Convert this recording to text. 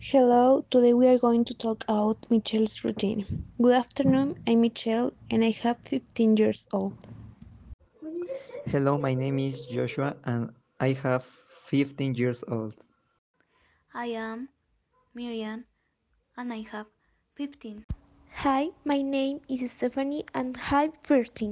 Hello, today we are going to talk about Michelle's routine. Good afternoon, I'm Michelle and I have 15 years old. Hello, my name is Joshua and I have 15 years old. I am Miriam and I have 15. Hi, my name is Stephanie and I'm 13.